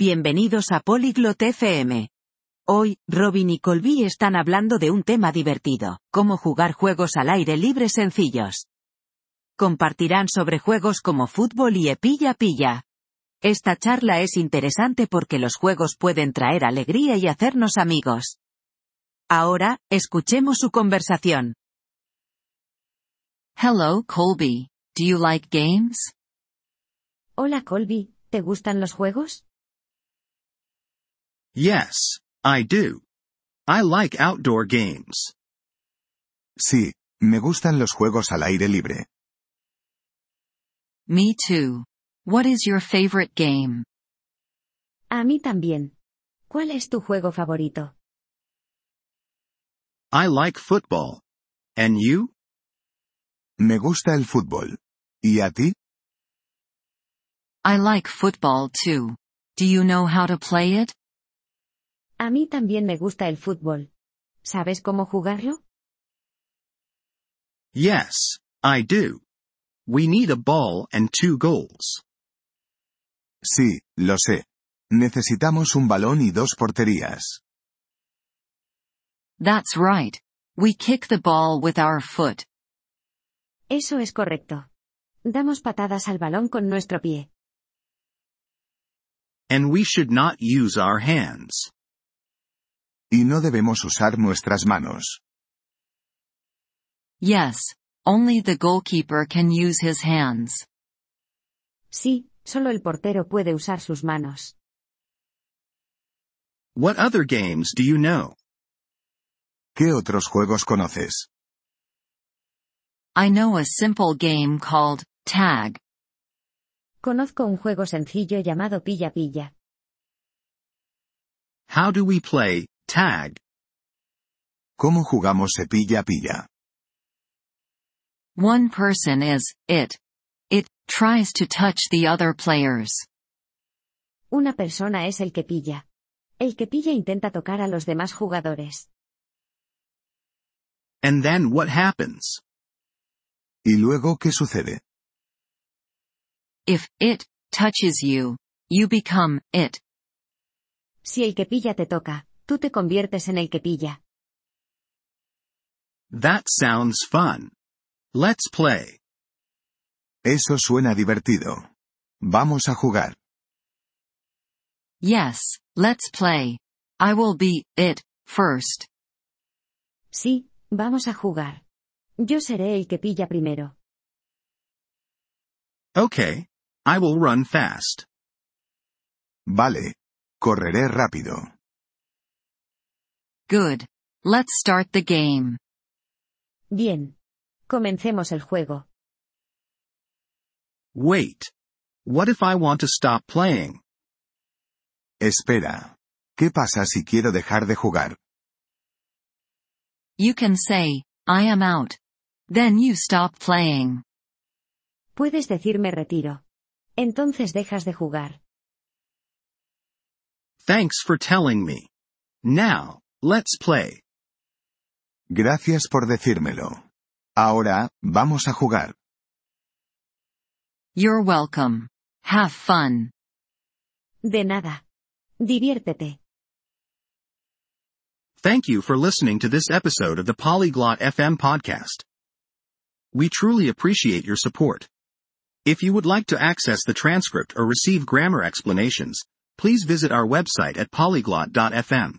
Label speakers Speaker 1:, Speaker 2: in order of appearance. Speaker 1: Bienvenidos a Polyglot FM. Hoy, Robin y Colby están hablando de un tema divertido, cómo jugar juegos al aire libre sencillos. Compartirán sobre juegos como fútbol y epilla pilla. Esta charla es interesante porque los juegos pueden traer alegría y hacernos amigos. Ahora, escuchemos su conversación.
Speaker 2: Hello, Colby. Do you like games?
Speaker 3: Hola Colby, ¿te gustan los juegos?
Speaker 4: Yes, I do. I like outdoor games.
Speaker 5: Sí, me gustan los juegos al aire libre.
Speaker 2: Me too. What is your favorite game?
Speaker 3: A mí también. ¿Cuál es tu juego favorito?
Speaker 4: I like football. And you?
Speaker 5: Me gusta el fútbol. ¿Y a ti?
Speaker 2: I like football too. Do you know how to play it?
Speaker 3: A mí también me gusta el fútbol. ¿Sabes cómo jugarlo?
Speaker 4: Yes, I do. We need a ball and two goals.
Speaker 5: Sí, lo sé. Necesitamos un balón y dos porterías.
Speaker 2: That's right. We kick the ball with our foot.
Speaker 3: Eso es correcto. Damos patadas al balón con nuestro pie.
Speaker 4: And we should not use our hands.
Speaker 5: Y no debemos usar nuestras manos.
Speaker 2: Yes. Only the goalkeeper can use his hands.
Speaker 3: Sí, solo el portero puede usar sus manos.
Speaker 4: What other games do you know?
Speaker 5: ¿Qué otros juegos conoces?
Speaker 2: I know a simple game called tag.
Speaker 3: Conozco un juego sencillo llamado Pilla Pilla.
Speaker 4: How do we play tag?
Speaker 5: ¿Cómo jugamos cepilla pilla?
Speaker 2: One person is it. It tries to touch the other players.
Speaker 3: Una persona es el que pilla. El que pilla intenta tocar a los demás jugadores.
Speaker 4: And then what happens?
Speaker 5: ¿Y luego qué sucede?
Speaker 2: If it touches you, you become it.
Speaker 3: Si el que pilla te toca, tú te conviertes en el que pilla.
Speaker 4: That sounds fun. Let's play.
Speaker 5: Eso suena divertido. Vamos a jugar.
Speaker 2: Yes, let's play. I will be it first.
Speaker 3: Sí, vamos a jugar. Yo seré el que pilla primero.
Speaker 4: Okay. I will run fast.
Speaker 5: Vale. Correré rápido.
Speaker 2: Good. Let's start the game.
Speaker 3: Bien. Comencemos el juego.
Speaker 4: Wait. What if I want to stop playing?
Speaker 5: Espera. ¿Qué pasa si quiero dejar de jugar?
Speaker 2: You can say, I am out. Then you stop playing.
Speaker 3: Puedes decirme retiro. Entonces dejas de jugar.
Speaker 4: Thanks for telling me. Now, let's play.
Speaker 5: Gracias por decírmelo. Ahora, vamos a jugar.
Speaker 2: You're welcome. Have fun.
Speaker 3: De nada. Diviértete.
Speaker 4: Thank you for listening to this episode of the Polyglot FM podcast. We truly appreciate your support. If you would like to access the transcript or receive grammar explanations, please visit our website at polyglot.fm.